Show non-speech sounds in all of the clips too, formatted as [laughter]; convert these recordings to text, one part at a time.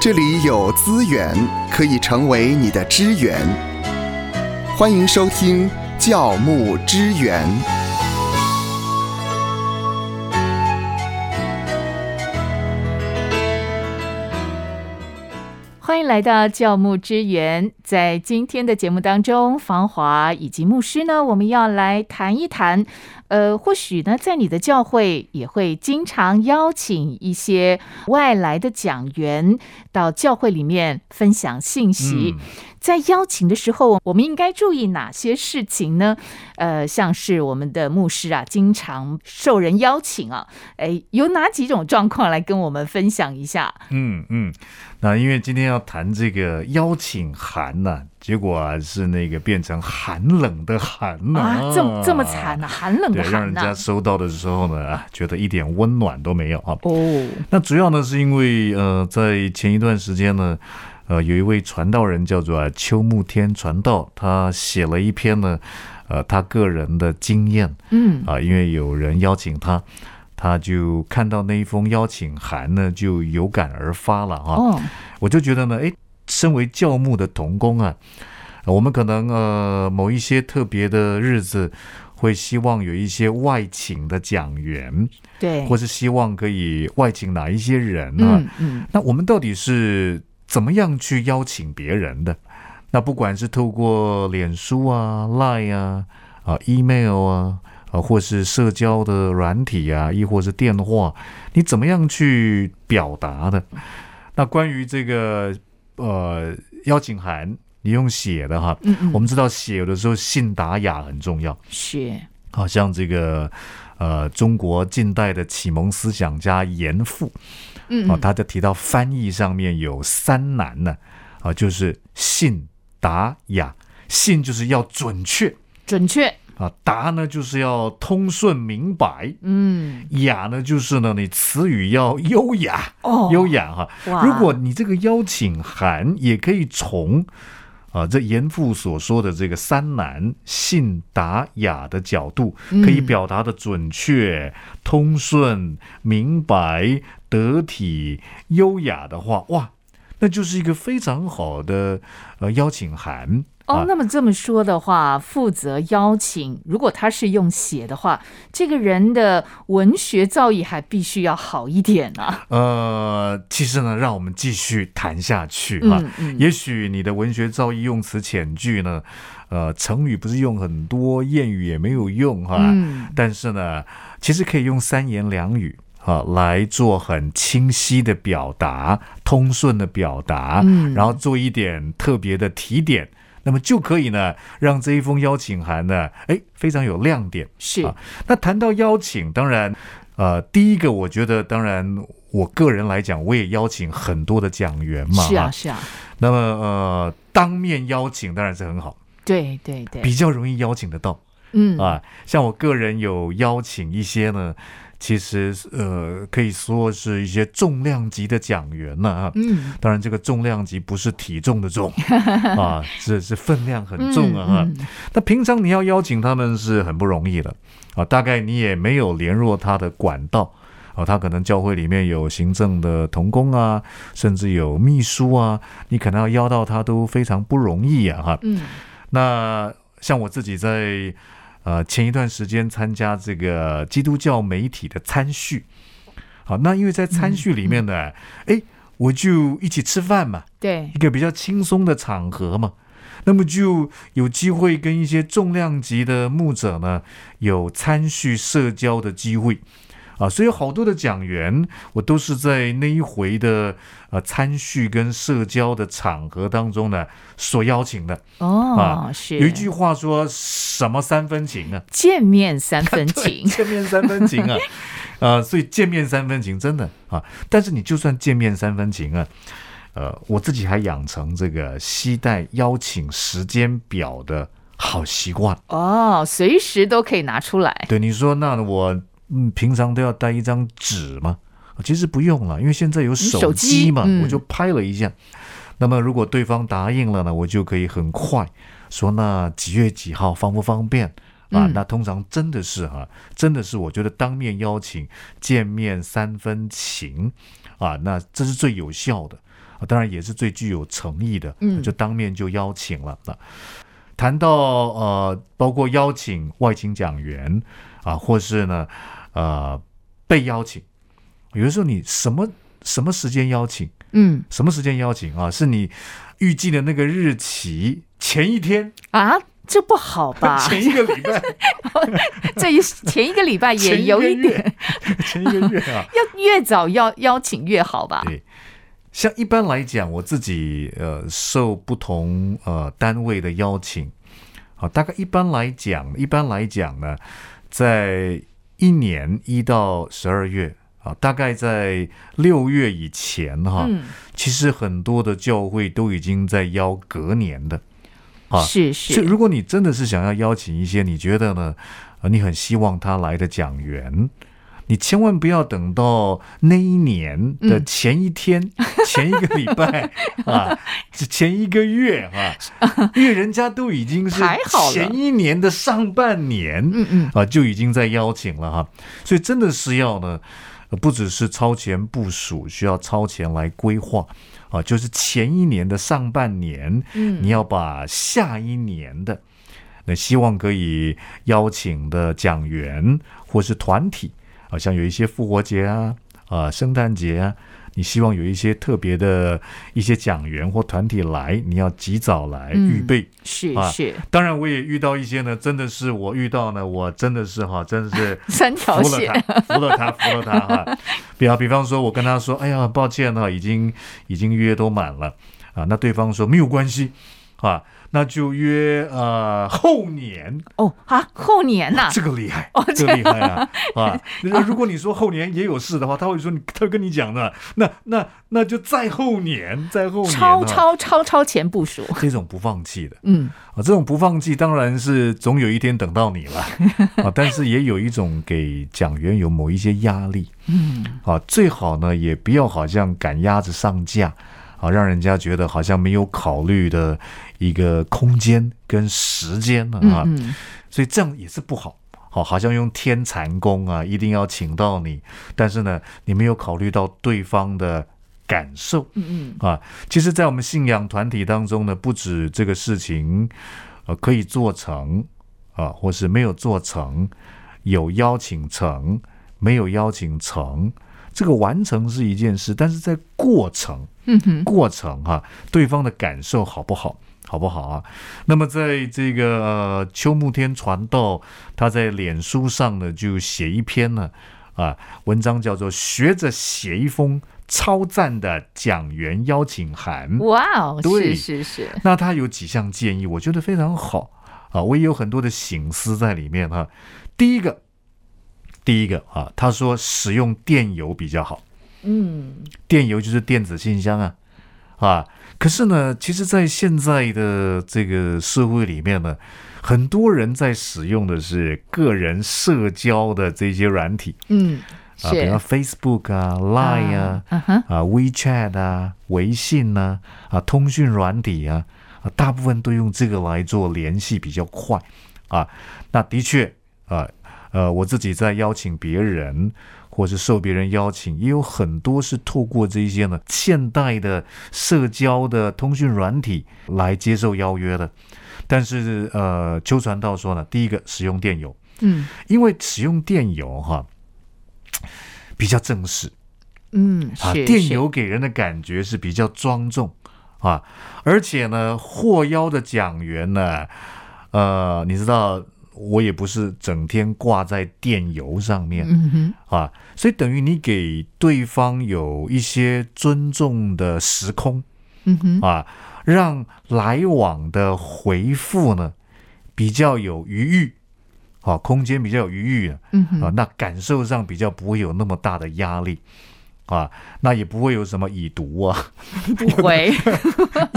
这里有资源可以成为你的支援。欢迎收听教牧支援。欢迎来到教牧支援。在今天的节目当中，芳华以及牧师呢，我们要来谈一谈。呃，或许呢，在你的教会也会经常邀请一些外来的讲员到教会里面分享信息。在邀请的时候，我们应该注意哪些事情呢？呃，像是我们的牧师啊，经常受人邀请啊，哎，有哪几种状况来跟我们分享一下？嗯嗯，那因为今天要谈这个邀请函呢、结果啊是那个变成寒冷的寒呐、啊，这么这么惨啊，寒冷对的，让寒人呐、家收到的时候呢，啊，觉得一点温暖都没有啊。哦，那主要呢是因为呃，在前一段时间呢，呃，有一位传道人叫做、啊、邱慕天传道，他写了一篇呢，呃，他个人的经验嗯，啊，因为有人邀请他，他就看到那一封邀请函呢，就有感而发了啊。哦，我就觉得呢，诶，身为教牧的童工啊，呃我们可能呃某一些特别的日子，会希望有一些外请的讲员，对，或是希望可以外请哪一些人啊？嗯嗯，那我们到底是怎么样去邀请别人的？那不管是透过脸书啊、Line 啊、啊 Email 啊。啊，或是社交的软体啊，亦或是电话，你怎么样去表达的？那关于这个呃邀请函，你用写的哈，嗯嗯，我们知道写有的时候信达雅很重要，是，好像这个呃中国近代的启蒙思想家严复，嗯哦，嗯他就提到翻译上面有三难呢，啊，就是信、达、雅。信就是要准确准确，啊，达呢就是要通顺明白，嗯，雅呢就是呢你词语要优雅，哦，优雅哈、哇，如果你这个邀请函也可以从啊这严复所说的这个三难信达雅的角度，可以嗯表达的准确、通顺、明白、得体、优雅的话，哇，那就是一个非常好的呃邀请函。哦啊，那么这么说的话，负责邀请，如果他是用写的话，这个人的文学造诣还必须要好一点啊。呃，其实呢，让我们继续谈下去 [laughs] 啊。嗯嗯，也许你的文学造诣用词浅句呢，呃，成语不是用很多，谚语也没有用哈、嗯但是呢，其实可以用三言两语啊来做很清晰的表达，通顺的表达，嗯然后做一点特别的提点，那么就可以呢，让这一封邀请函呢，哎，非常有亮点。是啊，那谈到邀请，当然，呃，第一个我觉得，当然，我个人来讲，我也邀请很多的讲员嘛，是啊哈是啊，那么呃，当面邀请当然是很好，对对对，比较容易邀请得到嗯啊。像我个人有邀请一些呢，其实呃可以说是一些重量级的讲员呢啊。嗯，当然，这个重量级不是体重 [laughs] 的重啊，是是分量很重啊。哈嗯嗯那平常你要邀请他们是很不容易的啊，大概你也没有联络他的管道啊，他可能教会里面有行政的童工啊，甚至有秘书啊，你可能要邀到他都非常不容易啊哈。嗯，那像我自己在呃前一段时间参加这个基督教媒体的参叙，好，那因为在参叙里面呢，嗯诶，我就一起吃饭嘛，对一，个比较轻松的场合嘛。那么就有机会跟一些重量级的牧者呢，有参叙社交的机会啊，所以好多的讲员，我都是在那一回的呃参叙跟社交的场合当中呢所邀请的。哦，啊是有一句话说什么三分情啊，见面三分对 [laughs] 情，见面三分情 [laughs] 啊，啊，所以见面三分情真的啊，但是你就算见面三分情啊，呃，我自己还养成这个期待邀请时间表的好习惯。哦，随时都可以拿出来，对你说，那我嗯平常都要带一张纸吗？啊其实不用了，因为现在有手机嘛，手机嗯我就拍了一下。那么如果对方答应了呢，我就可以很快说那几月几号方不方便啊？嗯那通常真的是哈、真的是我觉得当面邀请见面三分情啊，那这是最有效的。啊啊当然也是最具有诚意的，嗯就当面就邀请了。那谈到呃，包括邀请外勤讲员啊，或是呢呃被邀请，有的时候你什么什么时间邀请，嗯什么时间邀请啊？是你预计的那个日期前一天、啊，这不好吧？ [laughs] 前一个礼拜、 [laughs] 这一前一个礼拜也前有一点，点、前一个月啊。要越早邀邀请越好吧？对像一般来讲，我自己呃受不同呃单位的邀请，好、大概一般来讲，一般来讲呢，在一年一到十二月啊，大概在六月以前哈、嗯，其实很多的教会都已经在邀隔年的。啊是所是，以如果你真的是想要邀请一些你觉得呢，呃，你很希望他来的讲员，你千万不要等到那一年的嗯前一天、前一个礼拜啊、 [laughs] 前一个月 [laughs] 啊，因为人家都已经是排好了前一年的上半年，嗯嗯，啊，就已经在邀请了哈，所以真的是要呢，呃不只是超前部署，需要超前来规划啊，就是前一年的上半年，嗯你要把下一年的，那希望可以邀请的讲员或是团体，啊，像有一些复活节啊，啊，圣诞节啊。你希望有一些特别的一些讲员或团体来，你要及早来嗯预备。是啊是，当然，我也遇到一些呢，真的是我遇到呢，我真的是哈，真是三条服了线，他，服了他，服了他哈。比啊，比方说，我跟他说，哎呀，抱歉哈，已经已经约都满了啊。那对方说没有关系啊，那就约呃后年，哦啊，哦后年呐、这个厉害，这个厉 [laughs] 害啊啊！那如果你说后年也有事的话，他会说你，他会跟你讲的，那那那就再后年，再后年、啊，超超超超前部署，这种不放弃的。嗯啊，这种不放弃当然是总有一天等 [laughs] 到你了啊，但是也有一种给讲员有某一些压力嗯，啊，最好呢也不要好像赶鸭子上架啊，让人家觉得好像没有考虑的一个空间跟时间了啊，嗯嗯，所以这样也是不好。好，好像用天蚕工啊，一定要请到你，但是呢，你没有考虑到对方的感受，嗯啊，其实，在我们信仰团体当中呢，不止这个事情，呃，可以做成啊，或是没有做成，有邀请成，没有邀请成，这个完成是一件事，但是在过程，嗯嗯哼，过程哈、对方的感受好不好？好不好啊？那么在这个、呃、秋木天传道，他在脸书上呢就写一篇呢啊文章，叫做《学着写一封超赞的讲员邀请函》。哇哦，对是是是，那他有几项建议，我觉得非常好啊，我也有很多的醒思在里面哈、第一个，第一个啊，他说使用电邮比较好。嗯电邮就是电子信箱啊，啊，可是呢，其实，在现在的这个社会里面呢，很多人在使用的是个人社交的这些软体嗯，啊，比是方 Facebook 啊、Line 啊、嗯哼，啊 WeChat 啊、微信呐、啊、通讯软体啊，啊，大部分都用这个来做联系比较快啊。那的确啊，呃，我自己在邀请别人或是受别人邀请，也有很多是透过这一些呢现代的社交的通讯软体来接受邀约的。但是呃，邱传道说呢，第一个使用电邮，嗯因为使用电邮哈比较正式。嗯，啊，是电是邮给人的感觉是比较庄重啊，而且呢，获邀的讲员呢，呃，你知道，我也不是整天挂在电邮上面嗯哼，啊，所以等于你给对方有一些尊重的时空嗯哼，啊，让来往的回复呢比较有余裕，啊，空间比较有余裕呢嗯哼，啊，那感受上比较不会有那么大的压力啊，那也不会有什么已读啊、不回，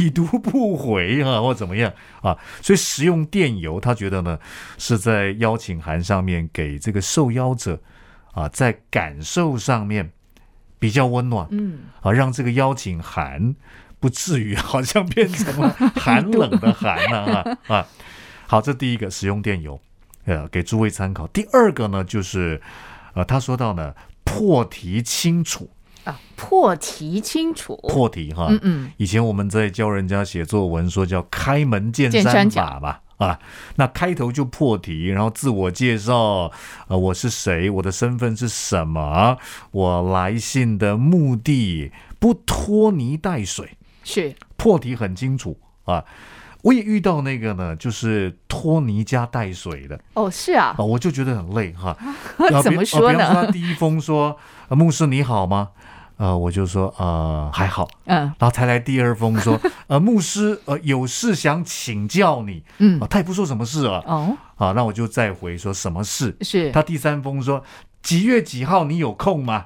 已读不回啊或怎么样啊，所以使用电邮，他觉得呢是在邀请函上面给这个受邀者啊，在感受上面比较温暖 [laughs] 嗯，啊，让这个邀请函不至于 [laughs] 好像变成了寒冷的寒啊啊啊！好，这第一个使用电邮，呃，给诸位参考。第二个呢，就是呃，他说到呢，破题清楚啊，破题清楚，破题哈。嗯嗯，以前我们在教人家写作文，说叫开门见见山山脚法吧。啊，那开头就破题，然后自我介绍，呃，我是谁，我的身份是什么，我来信的目的，不拖泥带水，是破题很清楚啊。我也遇到那个呢，就是拖泥加带水的哦，是啊啊，，我就觉得很 [laughs] 累哈。啊怎比么说啊比方说呢？他第一封说：“呃牧师你好吗？”呃，我就说：“呃，还好。”嗯然后才来第二封 [laughs] 说，呃，牧师，呃，有事想请教你。嗯啊，，他也不说什么事啊，哦，啊，那我就再回说什么事。是他第三封说几月几号你有 [laughs] 空吗？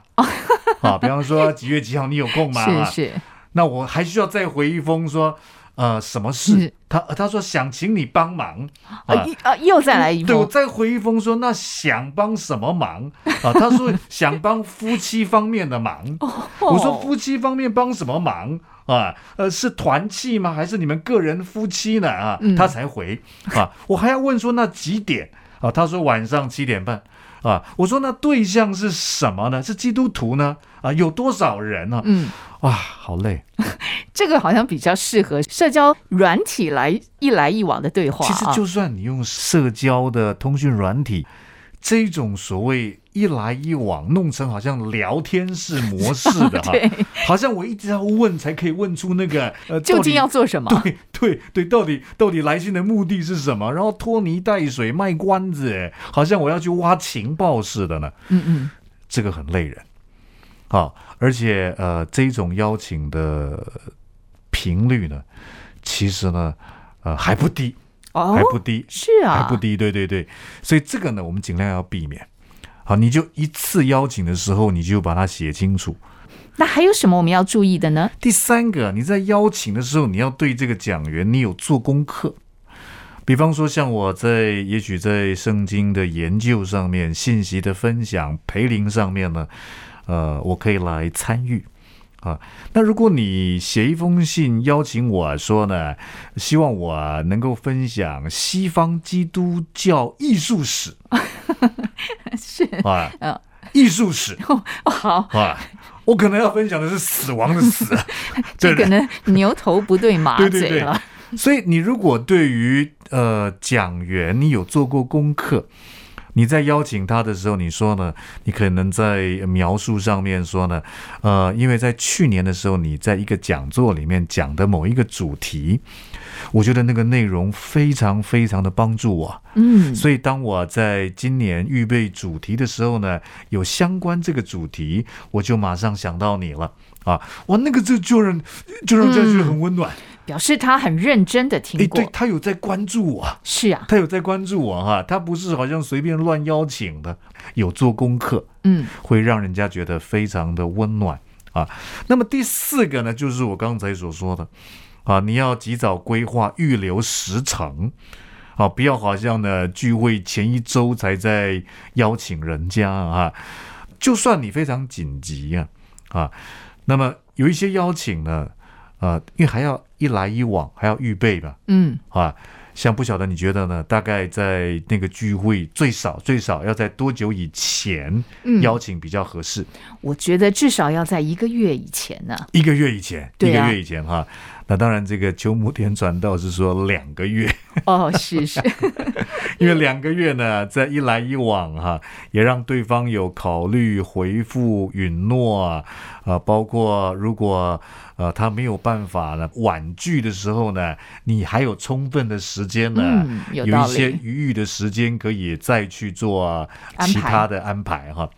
啊，比方说几月几号你有空吗？是啊是那我还需要再回一封说，呃，什么事是？他呃他说想请你帮忙啊，一啊，又再来一对我幕，再回一封说，那想帮什 [laughs] 么忙啊？他说想帮夫妻方面的忙。哦我说夫妻方面帮什么忙啊？呃，是团契吗？还是你们个人夫妻呢？啊嗯，他才回啊，我还要问说那几点啊？他说晚上七点半。啊，我说那对象是什么呢？是基督徒呢？啊，有多少人呢、嗯，啊？哇，好累。这个好像比较适合社交软体来一来一往的对话、啊。其实就算你用社交的通讯软体，这种所谓一来一往，弄成好像聊天式模式的 [laughs] 哈，对，好像我一直要问才可以问出那个 [laughs] 呃，究到底 [laughs] 竟要做什么？对对对，到底到底来信的目的是什么？然后拖泥带水卖关子，哎好像我要去挖情报似的呢，嗯嗯，这个很累人。啊，而且呃，这种邀请的频率呢，其实呢，呃，还不低，哦还，不低。是啊，还不低，对对对，所以这个呢，我们尽量要避免。好，你就一次邀请的时候，你就把它写清楚。那还有什么我们要注意的呢？第三个，你在邀请的时候，你要对这个讲员你有做功课。比方说，像我在也许在圣经的研究上面、信息的分享、培灵上面呢，呃，我可以来参与。啊，那如果你写一封信邀请我说呢，希望我能够分享西方基督教艺术史，是啊嗯，艺术史哦好，啊，我可能要分享的是死亡的死，这对个呢牛头不对马 [laughs] 对对嘴对了，所以你如果对于呃讲员你有做过功课，你在邀请他的时候，你说呢，你可能在描述上面说呢，呃，因为在去年的时候，你在一个讲座里面讲的某一个主题，我觉得那个内容非常非常的帮助我，嗯，所以当我在今年预备主题的时候呢，有相关这个主题，我就马上想到你了啊！哇，那个就就让就让人家觉得很温暖。表示他很认真的诶，听过哎对，他有在关注我，是啊， [laughs] 他有在关注我哈、他不是好像随便乱邀请的，有做功课，嗯，会让人家觉得非常的温暖啊。那么第四个呢，就是我刚才所说的啊，你要及早规划预留时程啊，不要好像呢聚会前一周才在邀请人家啊，就算你非常紧急啊啊，那么有一些邀请呢，啊，因为还要一来一往，还要预备吧，嗯，啊。像不晓得你觉得呢？大概在那个聚会最少最少要在多久以前嗯邀请比较合适？我觉得至少要在一个月以前 [laughs] 呢、一个月以前，一对个啊月以前哈。那当然，这个鸠摩天传道是说两个月，哦，是 [laughs] 是，因为两个月呢，在一来一往哈，也让对方有考虑、回复、允诺啊，呃，包括如果呃他没有办法了婉拒的时候呢，你还有充分的时间呢，嗯，有啊有道一些理，余裕的时间可以再去做啊安排其他的安排哈。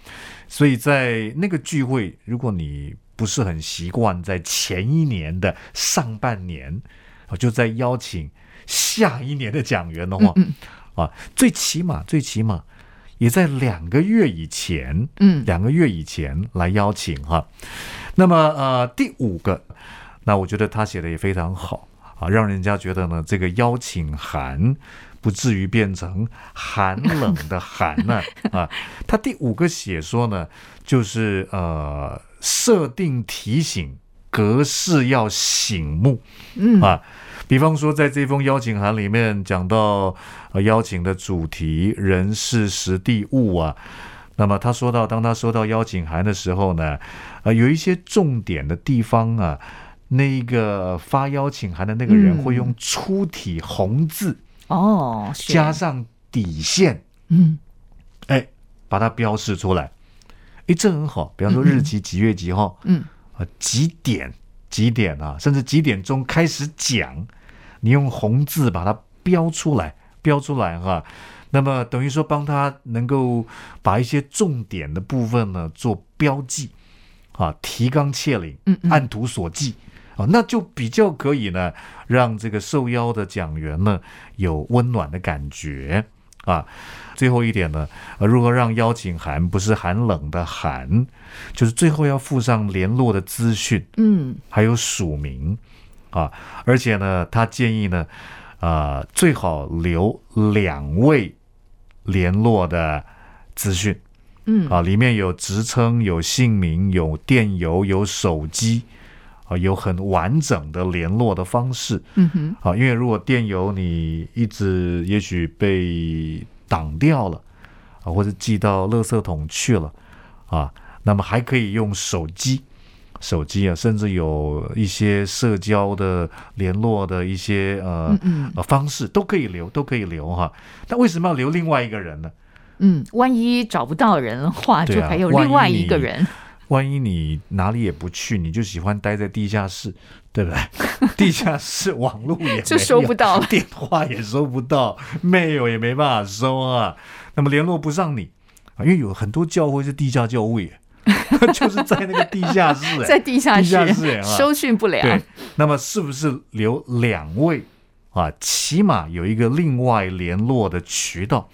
所以在那个聚会，如果你不是很习惯在前一年的上半年，啊就在邀请下一年的讲员的话，嗯啊，最起码最起码也在两个月以前，嗯，两个月以前来邀请哈。那么呃，第五个，那我觉得他写的也非常好啊，让人家觉得呢，这个邀请函不至于变成寒冷的寒呢啊。他第五个写说呢，就是呃，设定提醒格式要醒目。嗯啊，比方说在这封邀请函里面讲到呃邀请的主题人事实地物啊，那么他说到，当他收到邀请函的时候呢，呃，有一些重点的地方啊，那一个发邀请函的那个人嗯会用粗体红字哦，是加上底线，嗯哎，把它标示出来。哎，这很好，比方说日期几月几号，嗯啊几点几点啊，甚至几点钟开始讲，你用红字把它标出来，标出来哈、那么等于说帮他能够把一些重点的部分呢做标记，啊，提纲挈领，嗯嗯按图索骥。啊，那就比较可以呢，让这个受邀的讲员呢有温暖的感觉啊。最后一点呢，呃，如何让邀请函不是寒冷的寒，就是最后要附上联络的资讯，嗯还有署名啊。而且呢，他建议呢，啊，最好留两位联络的资讯嗯啊，里面有职称、有姓名、有电邮、有手机。啊，有很完整的联络的方式嗯哼，啊，因为如果电邮你一直也许被挡掉了啊，或者寄到垃圾桶去了啊，那么还可以用手机，手机啊，甚至有一些社交的联络的一些呃、嗯嗯呃方式都可以留，都可以留哈。那为什么要留另外一个人呢？嗯，万一找不到人的话，对就啊还有万另一外一个你人。万一你哪里也不去，你就喜欢待在地下室，对 [laughs] 不对？地下室网络也没有就收不到电话也收不到，mail 也没办法收啊。那么联络不上你啊，因为有很多教会是地下教会， [laughs] 就是在那个地下室、哎 [laughs] 在地下地室下室啊收讯不良。对。，那么是不是留两位啊？起码有一个另外联络的渠道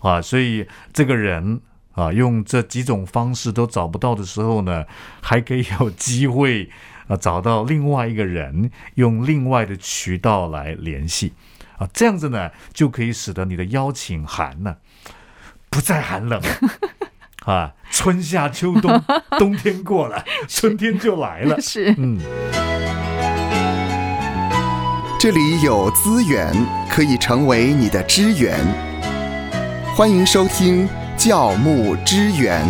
啊，所以这个人啊，用这几种方式都找不到的时候呢，还可以有机会啊找到另外一个人，用另外的渠道来联系啊，这样子呢，就可以使得你的邀请函呢不再寒冷。啊，春夏秋冬，冬天过了，春天就来了 [laughs] 是，嗯。这里有资源可以成为你的支援。欢迎收听《教牧支援》。